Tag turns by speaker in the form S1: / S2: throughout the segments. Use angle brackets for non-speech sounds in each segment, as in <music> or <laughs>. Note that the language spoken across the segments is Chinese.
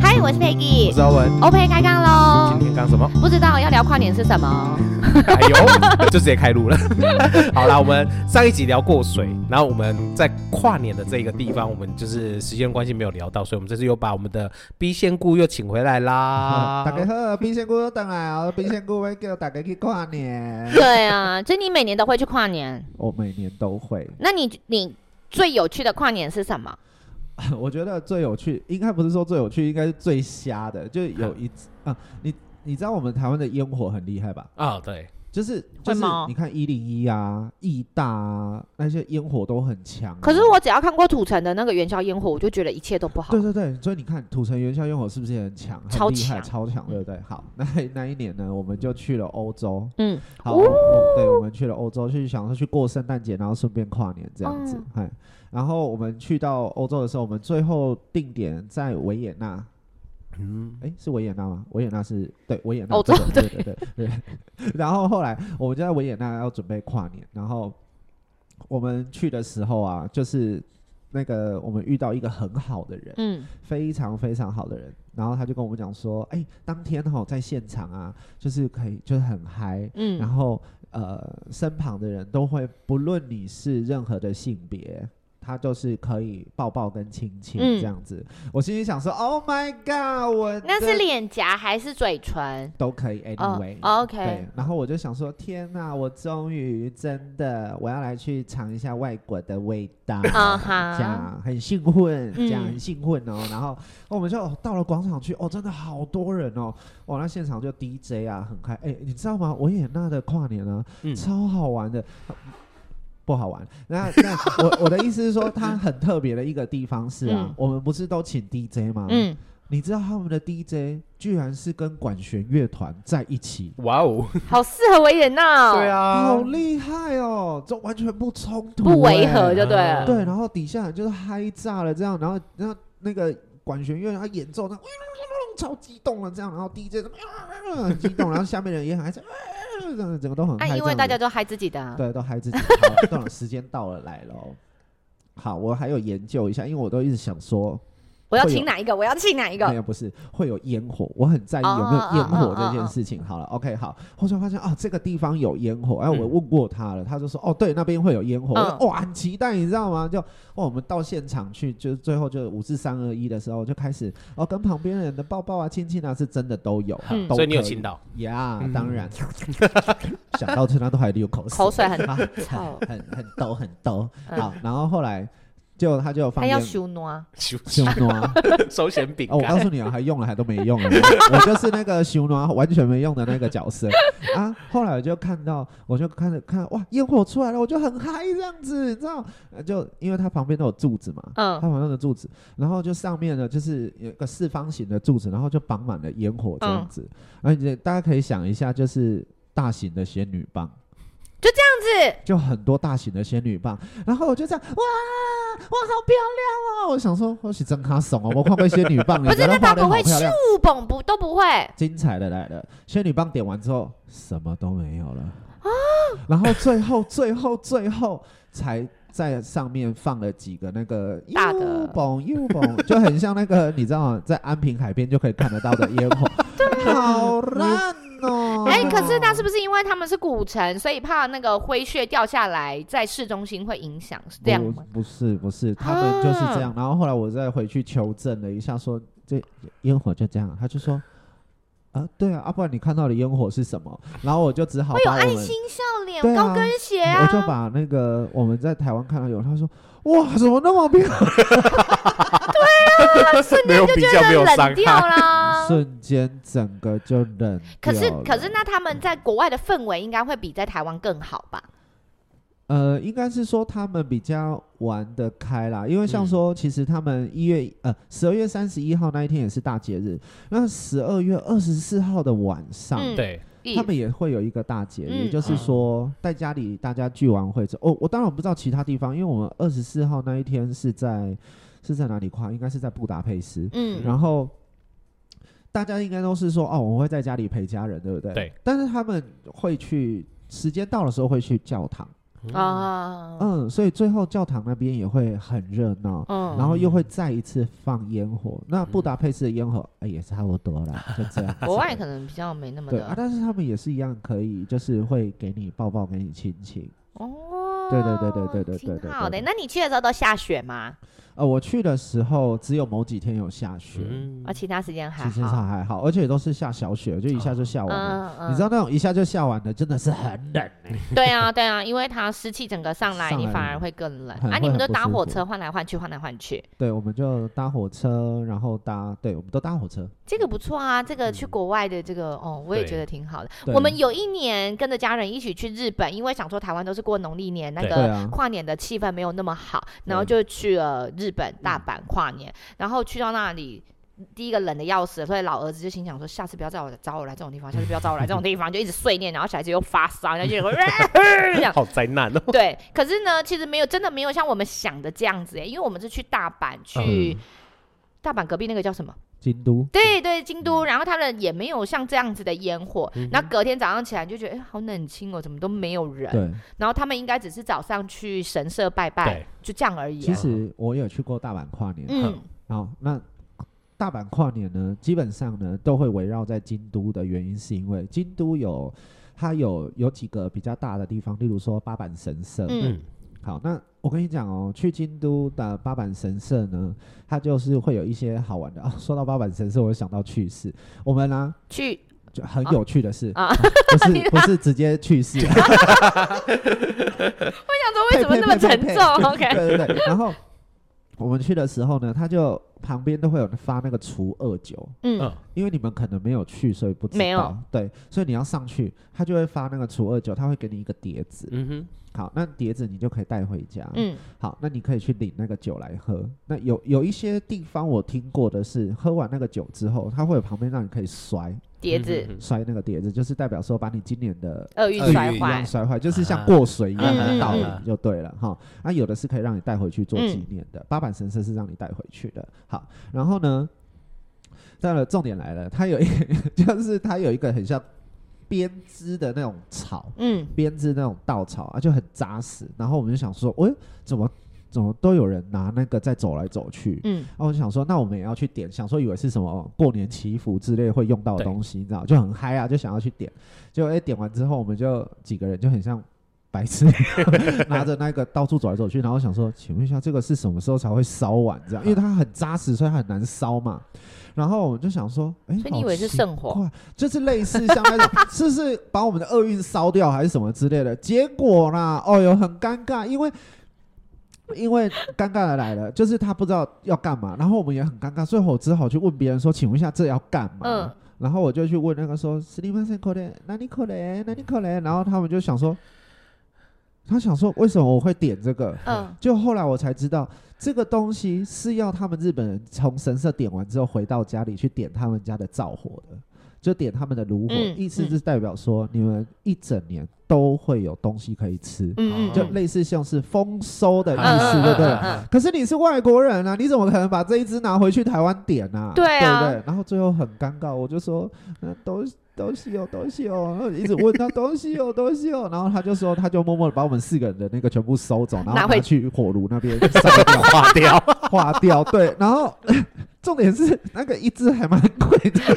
S1: 嗨，我是
S2: 我
S1: Peggy
S2: 是。阿文，
S1: OK，开杠喽
S2: 今！天讲
S1: <laughs>
S2: 什么？
S1: 不知道要聊跨年是什么？
S2: 哎呦，就直接开录了。 <laughs> 好啦，我们上一集聊过水，然后我们在跨年的这个地方，我们就是时间关系没有聊到，所以我们这次又把我们的 B 仙姑又请回来啦。
S3: 嗯大家好，冰仙姑又等来哦，冰仙姑会叫大家去跨年。
S1: 对啊，就你每年都会去跨年，
S3: 我每年都 <laughs> 会，
S1: 那你你最有趣的跨年是什么？
S3: 我觉得最有趣，应该不是说最有趣，应该是最瞎的。就有一
S1: <laughs>
S3: 次啊，你你知道我们台湾的烟火很厉害吧？
S2: 啊、对，
S3: 就是
S1: 会
S3: 就是
S1: 吗，
S3: 你看一零一啊、义大啊，那些烟火都很强啊、
S1: 可是我只要看过土城的那个元宵烟火，我就觉得一切都不好。
S3: 对对对，所以你看土城元宵烟火是不是也很强？很
S1: 超
S3: 厉害
S1: 强
S3: 超强，对不对？好，那 <laughs> 那一年呢，我们就去了欧洲。
S1: 嗯，
S3: 好，
S1: 哦
S3: 我我对，我们去了欧洲，去想说去过圣诞节，然后顺便跨年这样
S1: 嗯
S3: 子。哎、然后我们去到欧洲的时候，我们最后定点在维也纳。
S2: 嗯，
S3: 哎，是维也纳吗？维也纳是对维也纳，
S1: 欧洲
S3: 对对对对对。 <laughs> 然后后来我们就在维也纳要准备跨年，然后我们去的时候啊，就是那个我们遇到一个很好的人，
S1: 嗯，
S3: 非常非常好的人，然后他就跟我们讲说，哎、当天哈、在现场啊，就是可以就是很嗨，
S1: 嗯
S3: 然后呃，身旁的人都会，不论你是任何的性别，他都是可以抱抱跟亲亲
S1: 嗯
S3: 这样子。我心里想说，Oh my god，我
S1: 那
S3: 的
S1: 是脸颊还是嘴唇？
S3: 都可以，anyway，、
S1: 哦，OK
S3: 对，然后我就想说，天哪，我终于真的我要来去尝一下外国的味道，
S1: 啊哈
S3: 这样很兴奋，这样
S1: 嗯
S3: 很兴奋哦。然后我们就哦到了广场去，哦，真的好多人哦，哇，那现场就 DJ 啊，很开，哎，你知道吗？维也纳的跨年呢、
S2: 嗯
S3: 超好玩的。不好玩。那 <laughs> 那我我的意思是说，它很特别的一个地方是啊，
S1: 嗯
S3: 我们不是都请 DJ 吗？
S1: 嗯，
S3: 你知道他们的 DJ 居然是跟管弦乐团在一起，
S2: 哇哦，
S1: 好适合维也纳哦。
S2: 对啊，
S3: 好厉害哦！这完全不冲突、
S1: 不违
S3: 欸
S1: 和就对了。
S3: 对，然后底下人就是嗨炸了这样，然后然后那个管弦乐他演奏那超激动了这样，然后 DJ 怎么很激动，然后下面人也很嗨，这样子整个都很嗨
S1: 啊，
S3: 这样子。
S1: 因为大家都嗨自己的啊。
S3: 对，都还自己好， <laughs> 到了时间到了，来喽。好，我还有研究一下，因为我都一直想说，
S1: 我要
S3: 会有
S1: 请哪一个？我要请哪一
S3: 没
S1: 个？
S3: 有不是会有烟火，我很在意有没
S1: 哦哦
S3: 有烟火
S1: 哦
S3: 这件
S1: 哦
S3: 事情。好了，OK，好，后来发现啊，这个地方有烟火，哎，我
S2: 嗯
S3: 问过他了，他就说哦，对，那边会有烟火，我
S1: 嗯
S3: 就哇，很期待，你知道吗？就哇，我们到现场去，就最后就五至三二一的时候就开始哦，跟旁边人的抱抱啊、亲亲啊，是真的都有，
S1: 嗯
S3: 都
S2: 所以你有
S3: 可
S2: 亲到
S3: 呀
S2: 嗯
S3: 当然， <laughs> 想到这他都还流口水，
S1: 口水很
S3: <laughs> 啊
S1: 臭，
S3: 很很抖很抖。
S1: 嗯
S3: 好，然后后来就他就放
S1: 还要
S3: 烟
S1: 修诺啊。
S2: 手 <laughs>
S3: 熊挪。
S2: 手显饼
S3: 哦，我
S2: 干
S3: 告，诉你啊，还用了还都没用啊，我就是那个熊啊，完全没用的那个角色啊。后来我就看到，我就看着看，哇，烟火出来了，我就很嗨这样子，你知道？呃就因为它旁边都有柱子嘛，它
S1: 嗯
S3: 旁边的柱子，然后就上面呢就是有一个四方形的柱子，然后就绑满了烟火这样子。而且大家可以想一下，就是大型的仙女棒。
S1: 这样子，
S3: 就很多大型的仙女棒，然后我就这样，哇哇，好漂亮哦！我想说，我是真卡怂哦，我看过仙女棒，你
S1: 不是
S3: 觉得
S1: 那他
S3: 画得
S1: 不会
S3: 好漂亮
S1: 不蹦不都不会。
S3: 精彩的来了，仙女棒点完之后，什么都没有了
S1: 啊
S3: 然后最后最后最后才在上面放了几个那个
S1: 大的
S3: 又蹦又蹦，就很像那个你知道吗在安平海边就可以看得到的烟
S1: <laughs>
S3: 火，好烂哦！
S1: 啊哎、可是那是不是因为他们是古城，所以怕那个灰屑掉下来在市中心会影响，是这样吗？
S3: 不不是不是，他们就是这
S1: 啊
S3: 样。然后后来我再回去求证了一下说，这烟火就这样。他就说，啊，对啊，啊，不然你看到的烟火是什么？然后我就只好
S1: 会有
S3: 把我
S1: 爱
S3: 们，
S1: 心笑脸、
S3: 对啊
S1: 高跟鞋
S3: 我
S1: 啊，
S3: 就把那个我们在台湾看到有，他说，哇，怎么那么漂亮？。
S1: 瞬
S2: <laughs> 没
S1: 间
S2: 有
S1: 就
S2: 比
S1: 觉
S2: 较没
S1: 得
S2: 有
S1: 冷
S2: 伤
S1: 掉
S2: 害
S1: 啦
S3: <laughs> 瞬间整个就冷掉了。
S1: 啊可是可是那他们在国外的氛围应该会比在台湾更好吧？
S3: 呃，应该是说他们比较玩得开啦，因为像
S2: 嗯
S3: 说，其实他们一月呃十二月三十一号那一天也是大节日，那十二月二十四号的晚上，
S1: 嗯
S2: 对，
S3: 他们也会有一个大节日，
S1: 嗯
S3: 也就是说在家里大家聚完会之后，哦，我当然不知道其他地方，因为我们二十四号那一天是在是在哪里跨，应该是在布达佩斯，
S1: 嗯
S3: 然后。大家应该都是说哦，我会在家里陪家人，对不对？
S2: 对。
S3: 但是他们会去时间到的时候会去教堂，
S1: 啊，
S3: 嗯，所以最后教堂那边也会很热闹。
S1: 嗯。
S3: 然后又会再一次放烟火，那布达佩斯的烟火、哎也差不多啦，就这样
S1: <laughs> 国外可能比较没那么
S3: 对啊，
S1: 的
S3: 但是他们也是一样可以，就是会给你抱抱，给你亲亲。
S1: 哦。
S3: 对对对对对对对对
S1: 挺好的。
S3: 对
S1: 那你去的时候都下雪吗？
S3: 呃，我去的时候只有某几天有下雪，
S2: 嗯
S1: 啊，其他时间还
S3: 其实
S1: 好。
S3: 上还好，而且都是下小雪，就一下就下完了。
S1: 嗯嗯，
S3: 你知道那种一下就下完的，真的是很冷哎、 <laughs>
S1: 对啊，对啊，因为它湿气整个上来，
S3: 上
S1: 你
S3: 来
S1: 反
S3: 了
S1: 而会更冷。
S3: 很
S1: 啊，你
S3: 会
S1: 们都
S3: 很不
S1: 搭
S3: 舒
S1: 火
S3: 服
S1: 车换来换去，换来换去，
S3: 对，我们就搭火车，然后搭，对，我们都搭火车。
S1: 这个不错啊。这个去国外的这个，哦，我也
S2: 对
S1: 觉得挺好的。
S3: 对
S1: 我们有一年跟着家人一起去日本，因为想说台湾都是过农历年，那
S2: 对
S3: 对
S1: 个
S3: 啊
S1: 跨年的气氛没有那么好，然后
S3: 对嗯
S1: 就去了日本大阪跨年，然后去到那里。第一个冷的要死，所以老儿子就心想说：下次不要找我找我来这种地方，下次不要找我来这种地方，就一直碎念，然后小孩子又发烧，然后就
S3: <laughs>
S1: 会 <laughs> 这样。
S2: 好灾难哦。
S1: 对，可是呢，其实没有，真的没有像我们想的这样子欸诶，因为我们是去大阪，去大阪隔壁那个叫什么？
S3: 京都，
S1: 对对，京都，然后他们也没有像这样子的烟火
S2: 嗯哼，
S1: 那、隔天早上起来就觉得，哎，好冷清哦，怎么都没有人。
S3: 对，
S1: 然后他们应该只是早上去神社拜
S2: 对
S1: 拜，就这样而已
S3: 其
S1: 啊。
S3: 实我有去过大阪跨年，
S1: 嗯，
S3: 好，那大阪跨年呢，基本上呢都会围绕在京都的原因，是因为京都有它有有几个比较大的地方，例如说八坂神社。
S1: 嗯
S2: 嗯，
S3: 好，那我跟你讲哦，去京都的八坂神社呢，它就是会有一些好玩的 <laughs> 啊。说到八坂神社，我就想到趣事，我们呢、
S1: 去
S3: 就很有趣的事，
S1: 啊
S3: 啊不是 <laughs> 不是直接啊去世。
S1: 想说为什么那么沉
S3: <laughs>
S1: 重？OK，
S3: 对对对，
S1: <laughs>
S3: 然后我们去的时候呢，他就旁边都会有发那个除恶酒，
S1: 嗯，
S3: 因为你们可能没有去，所以不知道。
S1: 没有
S3: 对，所以你要上去，他就会发那个除恶酒，他会给你一个碟子。
S2: 嗯哼，
S3: 好，那碟子你就可以带回家。，
S1: 嗯，
S3: 好，那你可以去领那个酒来喝。那有有一些地方我听过的是，喝完那个酒之后，他会有旁边让你可以摔
S1: 碟子
S2: 嗯
S3: 摔那个碟子，就是代表说把你今年的
S1: 鳄鱼
S2: 鳄鱼
S1: 摔
S3: 一
S1: 坏
S3: 样，摔坏，就是像过水一样
S1: 啊
S3: 把它倒
S1: 嗯嗯
S3: 你就对了哈。那有的是可以让你带回去做纪念
S1: 嗯
S3: 的，八坂神社是让你带回去的。好，然后呢，到了重点来了，它有一 <laughs> 就是它有一个很像编织的那种草，
S1: 嗯，
S3: 编织那种稻草啊，就很扎实。然后我们就想说，哎、怎么怎么都有人拿那个在走来走去？
S1: 嗯，
S3: 然后我就想说，那我们也要去点，想说以为是什么过年祈福之类会用到
S2: 对
S3: 的东西，你知道，就很嗨啊，就想要去点。结果哎、点完之后，我们就几个人就很像白痴， <laughs> 拿着那个到处走来走去，然后想说，请问一下，这个是什么时候才会烧完？这样，因为它很扎实，所以它很难烧嘛。然后我们就想说，哎、
S1: 所以你以为是
S3: 好奇
S1: 圣火
S3: 怪，就是类似像那种， <laughs> 是不是把我们的厄运烧掉还是什么之类的？结果啦，哦哟，很尴尬，因为因为尴尬的来了，就是他不知道要干嘛，然后我们也很尴尬，所以我只好去问别人说：“请问一下，这要干嘛？”
S1: 嗯
S3: 然后我就去问那个说：“斯蒂芬森可能，那你可能，那你可能。”然后他们就想说，他想说为什么我会点这个？
S1: 嗯，
S3: 就后来我才知道，这个东西是要他们日本人从神社点完之后回到家里去点他们家的灶火的，就点他们的炉火，
S1: 嗯
S3: 意思就是代表说你们一整年都会有东西可以吃，
S1: 嗯嗯，
S3: 就
S1: 嗯
S3: 类似像是丰收的意思，
S1: 嗯
S3: 就对了。
S1: 嗯嗯嗯
S3: 可是你是外国人啊，你怎么可能把这一只拿回去台湾点啊？
S1: 对啊
S3: 对不对？然后最后很尴尬，我就说，那东西东西有东西哦有，然后一直问他东西有 <laughs> 东西哦有，然后他就说，他就默默的把我们四个人的那个全部收走，然后
S1: 拿回
S3: 拿去火炉那边烧掉
S2: 嗯化掉，
S1: <laughs>
S3: 化掉。对，然后 <laughs> 重点是那个一只还蛮贵的。 <laughs>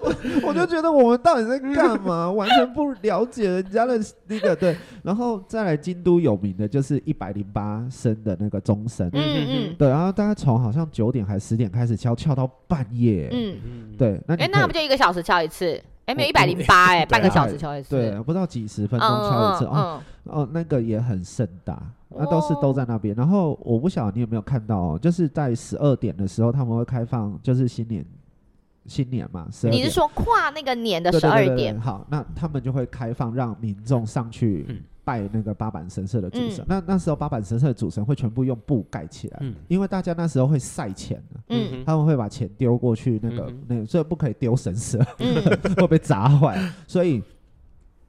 S3: 我我就觉得我们到底在干嘛，完全不了解人家的那个对，然后再来京都有名的就是一百零八升的那个钟声，
S1: 嗯嗯
S3: 对，然后大家从好像九点还十点开始敲，敲到半夜，
S1: 嗯，
S3: 对，那你
S1: 哎，那
S3: 可
S1: 不
S3: 以
S1: 就一个小时敲一次？哎，没有一
S3: 我
S1: 百零八，哎，半个
S3: <laughs> 对啊
S1: 小时敲一次。
S3: 对，不知道几十分
S1: 嗯，
S3: 钟敲一次，
S1: 嗯
S3: 哦
S1: 嗯
S3: 哦，那个也很盛大，那都是
S1: 哦
S3: 都在那边。然后我不晓得你有没有看到哦，就是在十二点的时候他们会开放，就是新年新年嘛，十二
S1: 你
S3: 点
S1: 是说跨那个年的
S3: 对
S1: 十
S3: 对
S1: 二
S3: 对对
S1: 点
S3: 对？好，那他们就会开放让民众上
S2: 嗯
S3: 去拜那个八坂神社的主神。
S1: 嗯
S3: 那那时候八坂神社的主神会全部用布盖起来，
S2: 嗯
S3: 因为大家那时候会晒钱啊
S1: 嗯
S2: 嗯
S3: 他们会把钱丢过去那个、
S2: 嗯
S3: 那个，所以不可以丢神社，
S1: 嗯
S3: <laughs> 会被砸坏，所以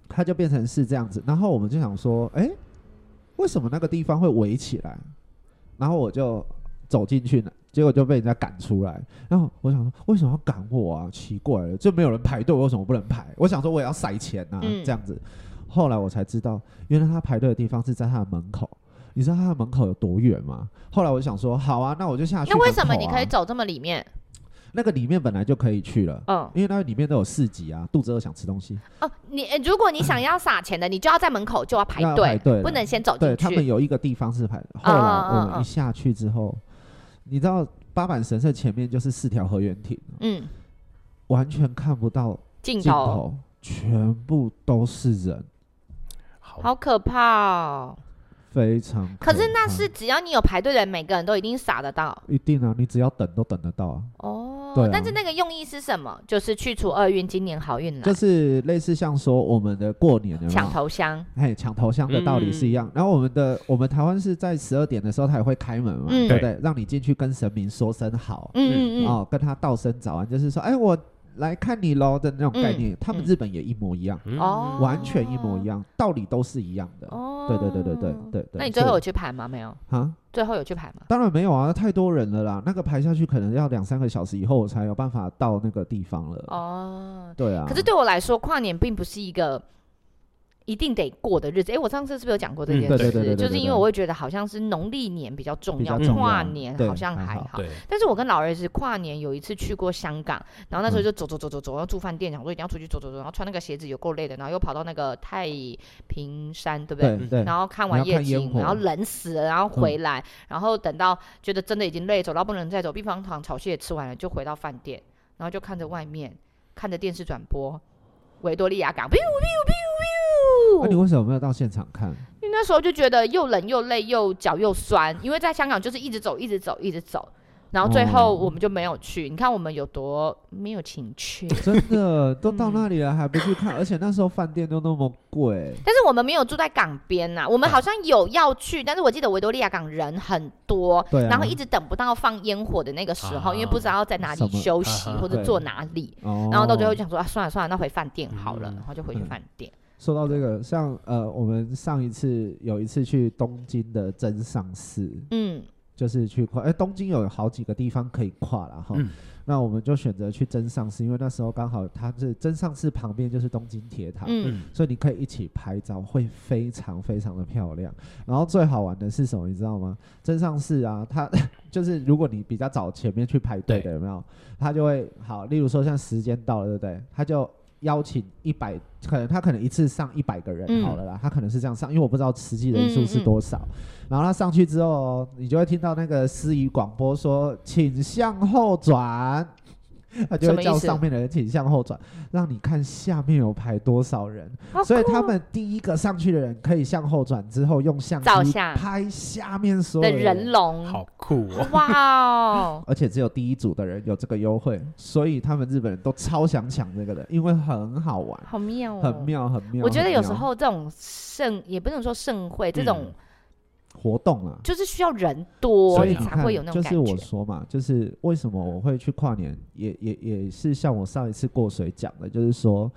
S3: 它就变成是这样子。然后我们就想说，哎、为什么那个地方会围起来？然后我就走进去呢，结果就被人家赶出来。然后我想说，为什么要赶我啊？奇怪了，就没有人排队，为什么不能排？我想说我也要塞钱啊，
S1: 嗯
S3: 这样子。后来我才知道，原来他排队的地方是在他的门口。你知道他的门口有多远吗？后来我就想说，好啊，那我就下去、啊
S1: 那为什么你可以？走这么里面？
S3: 那个里面本来就可以去了，
S1: 嗯，
S3: 因为那里面都有市集啊，肚子饿想吃东西。
S1: 哦，你呃如果你想要撒钱的，你就要在门口就要排
S3: 嗯要
S1: 队
S3: 排队，
S1: 不
S3: 了
S1: 能先走
S3: 对
S1: 进
S3: 他们
S1: 去。
S3: 有一个地方是排，后
S1: 嗯
S3: 来我
S1: 嗯
S3: 们
S1: 嗯
S3: 一下去之后，你知道八坂神社前面就是四条河原町，
S1: 嗯，
S3: 完全看不到
S1: 镜
S3: 尽
S1: 头，
S3: 头，全部都是人，
S2: 好
S1: 好可怕哦！
S3: 非常
S1: 可
S3: 可
S1: 是那
S3: 怕
S1: 是只要你有排队的人，每个人都一定撒得到
S3: 一定啊，你只要等都等得到啊，
S1: 哦。
S3: 对啊
S1: 但是那个用意是什么？就是去除厄运，今年好运来
S3: 就，是类似像说我们的过年有没
S1: 抢
S3: 有？
S1: 头嗯香。
S3: 哎，抢头香的道理是一样。然后我们的我们台湾是在十二点的时候才会开门嘛，
S1: 嗯
S3: 对不对？让你进去跟神明说声好，
S1: 嗯嗯嗯，
S3: 哦，跟他道声早安，就是说，哎，我来看你喽的那种概念。他们
S1: 嗯
S3: 日本也一模一样，
S2: 嗯
S1: 哦
S3: 完全一模一样，道理都是一样的。
S1: 哦，
S3: 对对对对对对对。
S1: 那你最后有
S3: 所
S1: 去排吗？没有，
S3: 以啊？
S1: 最后有去排吗？
S3: 当然没有啊，太多人了啦。那个排下去可能要两三个小时以后，我才有办法到那个地方了。
S1: 哦，
S3: 对啊。
S1: 可是对我来说，跨年并不是一个一定得过的日子。诶，我上次是不是有讲过这
S2: 嗯
S1: 件
S3: 对
S1: 事？
S3: 对对对对
S1: 就是
S3: 对
S1: 因为我会觉得好像是农历年比较重
S3: 比较
S1: 要，
S3: 重
S1: 跨
S3: 要
S1: 年
S3: 对
S1: 好像
S3: 还
S1: 还
S3: 好
S1: 好。
S2: 对，
S1: 但是我跟老儿子跨年有一次去过香港，然后
S3: 嗯
S1: 那时候就走走走走走，然后住饭店，想说一定要出去走走走，然后穿那个鞋子有够累的，然后又跑到那个太平山，对不对？
S3: 对对，
S1: 然后看完
S3: 嗯你要
S1: 夜
S3: 看烟
S1: 景，
S3: 火嗯
S1: 然后冷死了，然后回来，然后等到觉得真的已经累，走到不能再走，避风塘炒蟹也吃完了，就回到饭店，然后就看着外面，看着电视转播，维多利亚港，biu biu biu
S3: 那、啊你
S1: biu。
S3: 为什么没有到现场
S1: <laughs>
S3: 看？
S1: 因为那时候就觉得又冷又累又脚又酸，因为在香港就是一直走一直走一直走，然后最后
S3: 哦
S1: 我们就没有去。你看我们有多没有情趣，
S3: 真的都
S1: 嗯
S3: 到那里了还不去看，而且那时候饭店都那么贵，
S1: 但是我们没有住在港边呐、我们好像有要去，但是我记得维多利亚港人很多，
S3: 对啊
S1: 然后一直等不到放烟火的那个时候，
S2: 啊
S1: 因为不知道在哪
S3: 什
S1: 里
S3: 么
S1: 休息
S2: 啊哈
S1: 或者
S3: 对
S1: 坐哪里，
S3: 哦
S1: 然后到最后就想说啊，算了算了，那回饭店好了，
S2: 嗯
S1: 然后就回去饭店。
S3: 说到这个，像呃，我们上一次有一次去东京的真上寺，
S1: 嗯
S3: 就是去跨，哎、东京有好几个地方可以跨了哈。
S2: 嗯
S3: 那我们就选择去真上寺，因为那时候刚好它是真上寺旁边就是东京铁塔，
S1: 嗯
S2: 嗯，
S3: 所以你可以一起拍照，会非常非常的漂亮。然后最好玩的是什么，你知道吗？真上寺啊，它 <laughs> 就是如果你比较早前面去排队的，
S2: 对
S3: 有没有？它就会好，例如说像时间到了，对不对？它就邀请一百，可能他可能一次上一百个人
S1: 嗯
S3: 好了啦，他可能是这样上，因为我不知道实际人数
S1: 嗯
S3: 是
S1: 嗯嗯
S3: 多少。然后他上去之后哦，你就会听到那个司仪广播说：“请向后转。” <laughs> 他
S1: 什
S3: 就会
S1: 么意
S3: 叫
S1: 思
S3: 上面的人请向后转，让你看下面有排多少人。
S1: 好
S3: 所以
S1: 酷哦
S3: 他们第一个上去的人可以向后转，之后用相
S1: 照
S3: 机
S1: 相
S3: 拍下面所
S1: 的
S3: 有！
S1: 人。龙，
S2: 好酷哦，
S1: 哇哦
S3: 而且只有第一组的人有这个优惠，所以他们日本人都超想抢这个的，因为很好玩，
S1: 好妙哦，
S3: 很。妙，很妙。
S1: 我觉得
S3: 很
S1: 有
S3: 妙
S1: 时候这种盛也不能说盛会， <laughs> 这种
S2: 嗯
S3: 活动啊，
S1: 就是需要人多，
S2: 所以
S1: 你
S2: 你
S1: 才会有那种
S3: 就
S1: 感
S3: 是我
S1: 觉。
S3: 说嘛，就是为什么我会去跨年，也也也是像我上一次过水讲的，就是说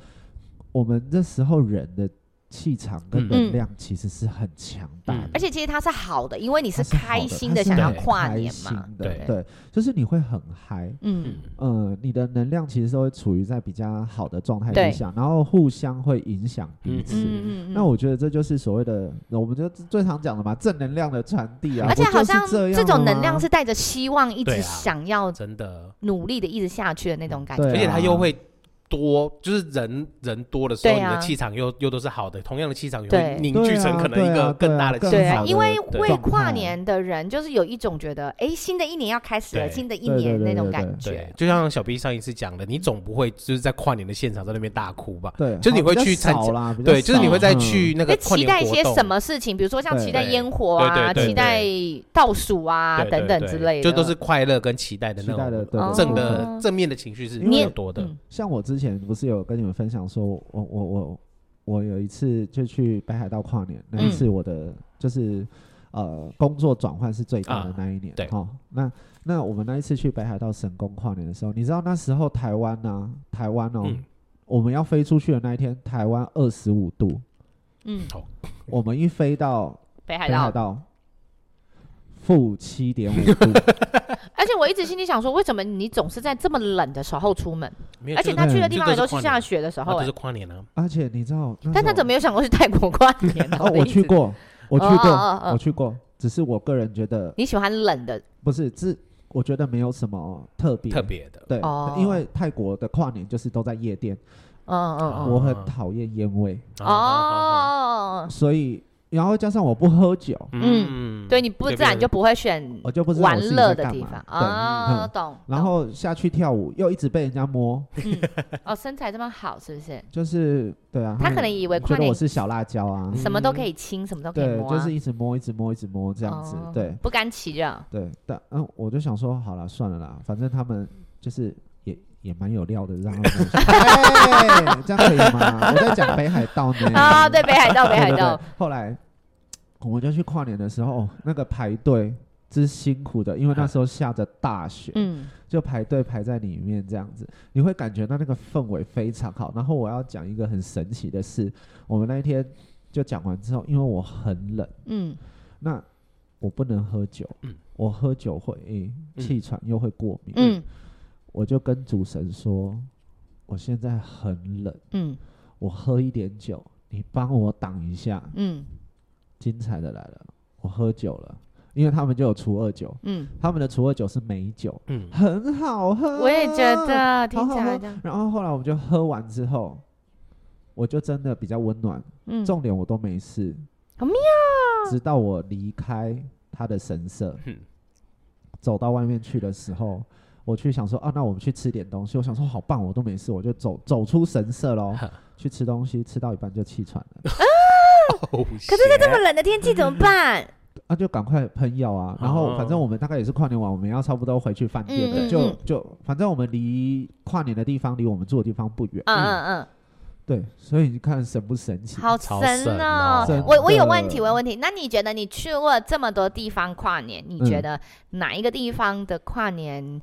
S3: 我们那时候人的气场跟
S2: 嗯
S3: 能量其实是很强大的
S2: 嗯，
S1: 而且其实它是好的，因为你
S3: 它是好
S1: 开心的
S3: 它
S1: 想
S3: 是
S1: 要
S3: 很
S1: 跨
S3: 开
S1: 年
S3: 心
S1: 嘛。
S3: 的
S2: 对
S3: 对，就是你会很嗨。
S1: 嗯
S2: 嗯，
S3: 呃，你的能量其实都会处于在比较好的状态
S1: 对
S3: 之下，然后互相会影响彼
S2: 嗯
S3: 此。
S1: 嗯嗯，
S3: 那我觉得这就是所谓的，我们就最常讲的嘛，正能量的传递啊。
S1: 而且
S3: 不
S1: 好
S3: 就是
S1: 像
S3: 这样
S1: 这种能
S3: 吗
S1: 量是带着希望，一
S2: 对
S1: 直
S2: 啊
S1: 想要
S2: 真的，
S1: 努力的一直下去的那种感
S3: 对
S1: 觉。
S2: 而且
S3: 啊
S2: 它又会多，就是人人多的时候，
S1: 对
S2: 你
S1: 啊
S2: 的气场又又都是好的，同样的气场也
S1: 对
S2: 会凝聚成可能一个更大的气
S3: 对啊对
S1: 对
S3: 啊对啊更
S1: 啊，
S3: 好的
S1: 因为
S2: 对
S1: 为
S3: 状
S1: 跨
S3: 态
S1: 年的人，就是有一种觉得，哎，新的一年要开始了，
S2: 对
S1: 新的一
S3: 对对
S1: 年
S3: 对
S1: 那种
S3: 对
S1: 感
S2: 对
S1: 觉。
S2: 就像小 B 上一次讲的，你总不会就是在跨年的现场在那边大哭吧？
S3: 对，
S2: 就是你
S3: 好
S2: 会
S3: 比较
S2: 去参
S3: 少
S2: 加
S3: 啦，嗯比较
S2: 对，就是你会再
S3: 少
S2: 去那
S1: 在
S2: 个
S1: 嗯
S2: 跨
S1: 期
S2: 年
S1: 待一
S2: 活
S1: 些
S2: 动
S1: 什么事情，比如说像期待
S2: 对
S1: 烟火
S2: 对
S1: 啊，
S2: 对对
S1: 期待倒数啊
S2: 对对
S1: 等等
S2: 对
S1: 之类的，
S2: 就都是快乐跟期待的
S3: 期
S2: 那
S3: 待的
S2: 种
S3: 对
S1: 对
S2: 正
S1: 对
S2: 的
S1: 哦
S2: 正面的情绪是
S3: 因
S2: 比
S1: 为
S2: 较多的
S1: 嗯。
S3: 像我之前不是有跟你们分享说，我我我我我有一次就去北海道跨年，那一次
S2: 嗯
S3: 我的、就是呃工作转换是最大的
S2: 啊
S3: 那一年，
S2: 对
S3: 齁那那我们那一次去北海道神宫跨年的时候，你知道那时候台湾呢、台湾哦、
S2: 嗯
S3: 我们要飞出去的那一天，台湾二十五
S2: <laughs>
S3: 度，
S1: 嗯，
S3: 我们一飞到
S1: 北海
S3: 北海
S1: 道。
S2: <laughs>
S3: 道。负七点五度，
S1: 哎，而且我一直心里想说，为什么你总是在这么冷的时候出门？
S2: 没有
S1: 而
S2: 就
S1: 且
S2: 是
S1: 他去的
S3: 冷
S1: 地
S2: 这
S1: 方也
S2: 就
S1: 都
S2: 是
S1: 是
S2: 跨
S1: 下
S2: 年
S1: 雪的时
S2: 那
S1: 候、
S2: 就
S1: 欸
S2: 是跨年啊，
S3: 而且你知道，那
S1: 但他
S3: 时候
S1: 怎么没有想过去泰国跨年呢、<laughs>
S3: <laughs> 哦，
S1: 的
S3: 我
S1: 意
S3: 去
S1: 思，
S3: 过，我去
S1: 哦
S3: 过，
S1: 哦哦哦
S3: 我去过，只是我个人觉得
S1: 你喜欢冷的
S3: 不是，这我觉得没有什么特别
S2: 特。别的。
S3: 对，
S1: 哦
S3: 因为泰国的跨年就是都在夜店，
S1: 嗯嗯嗯。
S3: 我很讨厌烟味，
S1: 哦
S2: 啊，
S1: 哦，哦
S3: 所以然后加上我不喝酒，
S1: 嗯
S2: 嗯
S1: 对，你不自然就不会选
S3: 我就不知道我
S1: 玩
S3: 自己在
S1: 乐的
S3: 干
S1: 地
S3: 嘛
S1: 方
S3: 对
S1: 啊，
S3: 嗯
S1: 懂。
S3: 然后下去跳舞又一直被人家摸，
S1: 懂哦，身材这么好，是不
S3: 嗯
S1: 是？
S3: 就是对啊，
S1: 他可能以为
S3: 觉
S1: 跨
S3: 得
S1: 年
S3: 我是小辣椒啊，
S1: 什么都可以亲，什么都可以
S3: 对，
S1: 摸
S3: 就
S1: 啊，
S3: 是一直摸，一直摸，一直摸这样子
S1: 哦，
S3: 对
S1: 不甘啊其热。
S3: 对，但嗯，我就想说，好了，算了啦，反正他们就是也也蛮有料的，让他们哎
S1: <laughs>
S3: 这样可以吗？我在讲北海道呢，
S1: 啊，对，北海道，北
S3: 对
S1: 海
S3: 对
S1: 道
S3: 对，后来我们就去跨年的时候，哦那个排队之辛苦的，因为那时候下着大雪，
S1: 嗯，
S3: 就排队排在里面这样子，你会感觉到那个氛围非常好。然后我要讲一个很神奇的事，我们那一天就讲完之后，因为我很冷，
S1: 嗯，
S3: 那我不能喝酒，
S2: 嗯
S3: 我喝酒会诶
S2: 嗯
S3: 气喘又会过敏，
S1: 嗯，
S3: 我就跟主神说，我现在很冷，
S1: 嗯，
S3: 我喝一点酒，你帮我挡一下。
S1: 嗯，
S3: 精彩的来了，我喝酒了，因为他们就有除二酒，
S1: 嗯，
S3: 他们的除二酒是美酒，
S2: 嗯，
S3: 很好喝，
S1: 我也觉。得听起
S3: 啊好
S1: 来
S3: 喝
S1: 这样，
S3: 然后后来我们就喝完之后，我就真的比较温暖，
S1: 嗯，
S3: 重点我都没事，
S1: 好妙啊
S3: 直到我离开他的神社
S2: 嗯，，
S3: 走到外面去的时候。我去想说啊，那我们去吃点东西。我想说好棒，我都没事，我就走走出神社喽去吃东西，吃到一半就气喘了。
S2: 可
S1: 是在这么冷的天气怎么办？
S3: 啊，就赶快喷药啊！然后反正我们大概也是跨年晚，我们要差不多回去饭店
S1: 哦嗯嗯
S3: 的，
S1: 嗯
S3: 就就反正我们离跨年的地方离我们住的地方不远，
S1: 嗯嗯
S3: 对，所以你看神不神奇
S1: 嗯，？好
S2: 超
S1: 神
S2: 神
S1: 哦嗯
S2: 哦！
S1: 我我有
S3: 真的
S1: 问题，我有问题。那你觉得你去过这么多地方跨年，你觉
S3: 嗯
S1: 得哪一个地方的跨年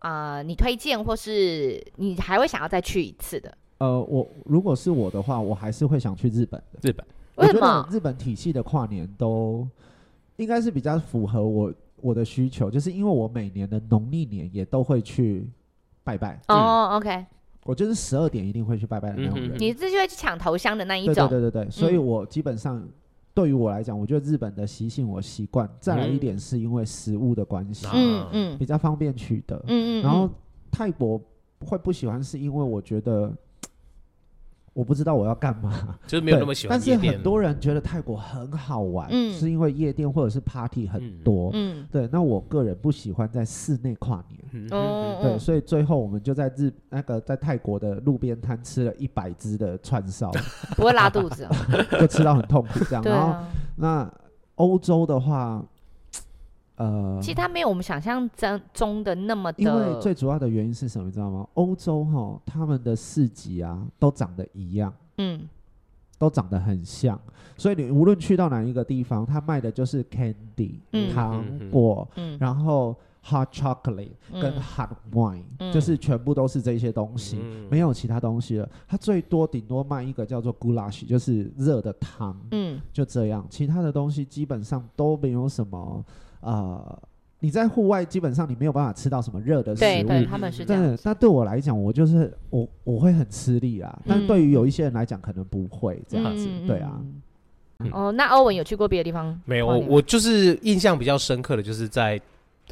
S1: 啊、呃你推荐或是你还会想要再去一次的？
S3: 呃，我如果是我的话，我还是会想去日本的。
S2: 日本，
S3: 我
S1: 为什
S3: 觉得
S1: 么？
S3: 日本体系的跨年都应该是比较符合我我的需求，就是因为我每年的农历年也都会去拜拜，
S1: 哦，OK、o k
S3: 我就是十二点一定会去拜拜的那种人
S2: 嗯。
S1: 你嗯是就会去抢头香的那一
S3: 对对
S1: 种，
S3: 对对对，所以我基本上对于我来讲，我觉得日本的习性我习惯。再来一点是因为食物的关系，
S1: 嗯嗯
S3: 比较方便取得。
S1: 嗯嗯，
S3: 然后
S1: 嗯
S3: 泰国会不喜欢，是因为我觉得我不知道我要干嘛。
S2: <laughs> 就是没
S3: 对，
S2: 有那么喜欢
S3: 但是
S2: 夜店。
S3: 很多人觉得泰国很好玩，
S1: 嗯
S3: 是因为夜店或者是 party 很多。
S1: 嗯
S3: 对，那我个人不喜欢在室内跨年。
S2: 嗯
S1: 哦
S3: 对，所以最后我们就在日那个在泰国的路边摊吃了一百只的串
S1: <laughs>
S3: 烧，
S1: 不会拉肚
S3: <laughs>
S1: 子哦、
S3: 就吃到很痛苦这样。
S1: 对
S3: 然后
S1: 啊，
S3: 那欧洲的话，呃
S1: 其，实它没有我们想象中中的那么的，
S3: 因为最主要的原因是什么，你知道吗？欧洲哈，他们的市集啊，都长得一样，
S1: 嗯
S3: 都长得很像，所以你无论去到哪一个地方，他卖的就是 candy、
S1: 嗯
S3: 糖
S2: 嗯嗯嗯
S3: 果，
S1: 嗯
S3: 然后 hot chocolate 跟
S1: 嗯
S3: hot wine，、
S1: 嗯
S3: 就是全部都是这些东西。
S2: 嗯
S3: 没有其他东西了，它最多顶多卖一个叫做 goulash，就是热的汤。
S1: 嗯
S3: 就这样，其他的东西基本上都没有什么呃，你在户外基本上你没有办法吃到什么热的食
S1: 对
S3: 物。
S1: 对，他们是这
S3: 真
S1: 样，
S3: 的，那对我来讲，我就是我我会很吃力啦。但对于有一些人来讲，可能不会这样子，
S1: 嗯
S3: 对啊。。
S1: 嗯
S2: 嗯
S1: 哦，那欧文有去过别的地方？
S2: 没有，
S1: 跨
S2: 我
S1: 年吗
S2: 我就是印象比较深刻的就是在，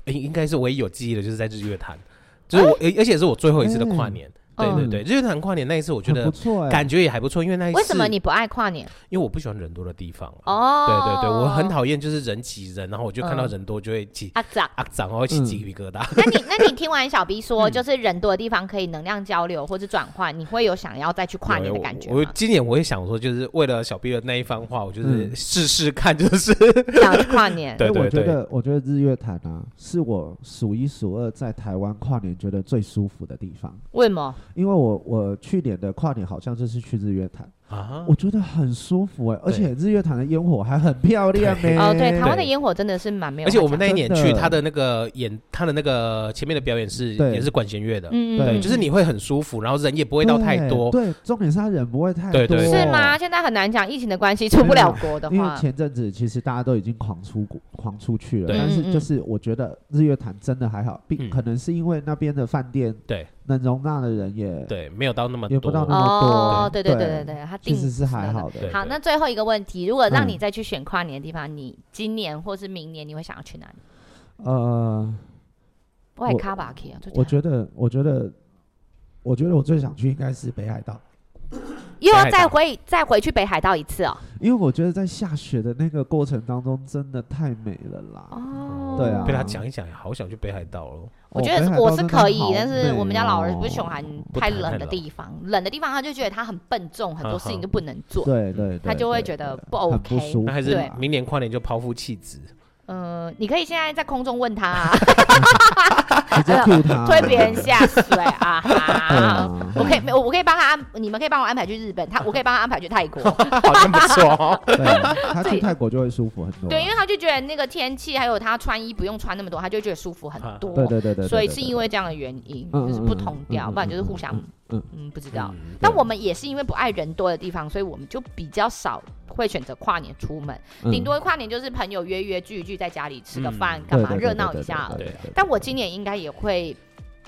S2: 应应该是唯一有记忆的就是在日月潭，就是我，而、而且是我最后一次的跨年。
S1: 哎
S3: 嗯
S2: 对对对，日月潭跨年那一次，我觉
S3: 很
S2: 得
S3: 不错哎、
S2: 感觉也还不错，因为那一次
S1: 为什么你不爱跨年？
S2: 因为我不喜欢人多的地方、啊。
S1: 哦，
S2: 对对对，我很讨厌就是人挤人，然后我就看到
S1: 嗯
S2: 人多就会起
S1: 阿
S2: <laughs>
S1: 长。
S2: 啊长，然后起
S3: 嗯
S2: 鸡皮疙瘩。
S1: 那你那你听完小 B 说，
S2: 嗯
S1: 就是人多的地方可以能量交流或者转换，你会有想要再去跨年的感觉
S2: 我我
S1: 吗？
S2: 今年我也想说，就是为了小 B 的那一番话，我就是
S3: 嗯
S2: 试试看，就是、
S1: 想要去跨年？
S2: <laughs> 对
S3: 因为我
S2: 对
S3: 觉得，我觉得日月潭啊，是我数一数二在台湾跨年觉得最舒服的地方。
S1: 为什么？
S3: 因为我我去年的跨年好像就是去日月潭，
S2: 啊
S3: 我觉得很舒服哎、而
S2: 对
S3: 且日月潭的烟火还很漂亮哎、
S1: 哦，对，台湾的
S2: 对
S1: 烟火真的是蛮没有
S2: 而
S1: 话
S2: 且
S1: 讲，
S2: 我们那一年
S3: 真
S2: 去，
S3: 的
S2: 他的那个演，他的那个前面的表演是
S3: 对
S2: 也是管弦乐的，
S1: 嗯，嗯
S3: 对
S1: 嗯
S2: 就是你会很舒服，然后人也不会到太多。
S3: 对，对重点是他人不会太多，
S2: 对对对
S1: 是吗？现在很难讲，疫情的关系出不了国的
S3: 因为
S1: 话，
S3: 前阵子其实大家都已经狂出国、狂出去了，
S2: 对
S3: 但
S1: 嗯
S3: 是
S1: 嗯
S3: 就是我觉得日月潭真的还好，并
S2: 嗯
S3: 可能是因为那边的饭店
S2: 对
S3: 能容纳的人也
S2: 对，没有到那么
S3: 也不到那
S2: 多。
S3: 么多，
S1: 哦，对
S3: 对
S1: 对对对对，他
S3: 其
S1: 定
S3: 实是还
S1: 那个
S3: 好的
S2: 对。
S1: 好，那最后一个问题，如果让
S3: 嗯
S1: 你再去选跨年的地方，你今年或是明年你会想要去哪里？
S3: 呃，
S1: 我也卡巴克啊，就这
S3: 我
S1: 样
S3: 觉得，我觉得，我觉得我最想去应该是北海道，
S1: 又要
S2: 北海
S1: 再
S2: 道
S1: 回再回去北海道一次哦。
S3: 因为我觉得在下雪的那个过程当中真的太美了啦。
S1: 哦，
S3: 对啊
S2: 嗯被他讲一讲，好想去北海道哦。
S1: 我
S3: 哦
S1: 觉得我是可以，但是我们家老人不是喜。
S3: 北海道真的好美
S1: 欢
S3: 哦
S1: 太冷的地方，冷的地方他就觉得他很笨重，很多事情都不能做。
S3: 对对，对
S1: 他就会觉得不 OK
S3: 很不舒服
S2: 那还是
S1: 对啊
S2: 明年跨年就抛夫弃子，
S1: 嗯、你可以现在在空中问他、
S3: <laughs>
S1: 啊， <laughs>
S3: 直接 Q 他，
S1: 推别人下水啊！
S3: <laughs> 对
S1: 哈
S3: 啊
S1: <laughs> 我可以，没有我可以帮他安，你们可以帮我安排去日本，他我可以帮他安排去泰国。
S2: 好像不错
S1: <laughs>
S2: 哦。
S3: 对，他去
S1: 对
S3: 泰国就会舒服很多啊。
S1: 对，因为他就觉得那个天气，还有他穿衣不用穿那么多，他就觉得舒服很
S2: 啊
S1: 多。
S3: 对对对对，
S1: 所以是因
S3: 为
S1: 为这样的原因，
S3: 嗯
S1: 就是
S3: 嗯
S1: 不
S3: 嗯
S1: 同
S3: 嗯
S1: 调，
S3: 嗯
S1: 不然就是
S3: 嗯
S1: 互相
S3: 嗯，嗯
S1: 嗯，不知道。
S2: 嗯
S1: 但我们也是因为不爱人多的地方，所以我们就比较少会选择跨年出门，
S3: 嗯
S1: 顶多跨年就是朋友约约聚一聚，在家里吃个饭，干嘛热闹一下而已。
S2: 对对
S1: 但我今年应该也会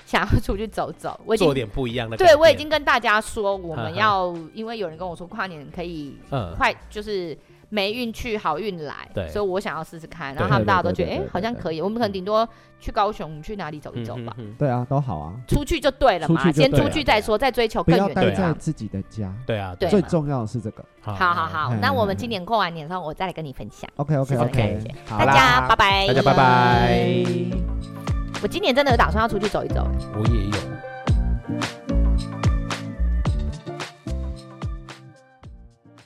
S1: 想要出去走走，我已
S2: 做
S1: 经
S2: 点不一样的改
S1: 对
S2: 变。
S1: 我已经跟大家说，我
S2: 哈
S1: 们
S2: 哈
S1: 要因为有人跟我说跨年可以
S2: 嗯，
S1: 快就是霉运去好运来，
S2: 对
S1: 所以我想要试试看。
S2: 对
S1: 然后他们大家都觉得，
S3: 对对
S1: 哎
S3: 对，
S1: 好像可以。我们可能顶多去高雄，去哪里走一走吧，
S2: 嗯哼哼
S3: 对啊，都好啊，
S1: 出去就对了嘛
S3: 出去，就
S1: 先
S3: 对
S1: 出
S3: 了
S1: 去再说，再追求
S3: 不
S1: 更
S3: 要
S1: 远的
S3: 待
S1: 地
S3: 在
S1: 方。
S3: 自己的家，
S2: 对啊，
S1: 对
S3: 最
S1: 嘛
S3: 重要的是这个。
S1: 好好好，
S3: 嗯
S1: 那我们今年过完年之后，我再来跟你分享。
S3: OK OK
S1: 是这个
S3: OK，
S1: 感觉
S3: 好
S1: 大
S3: 啦
S1: 家拜拜，
S2: 大家拜拜。
S1: 我今年真的有打算要出去走一走，
S2: 我也有，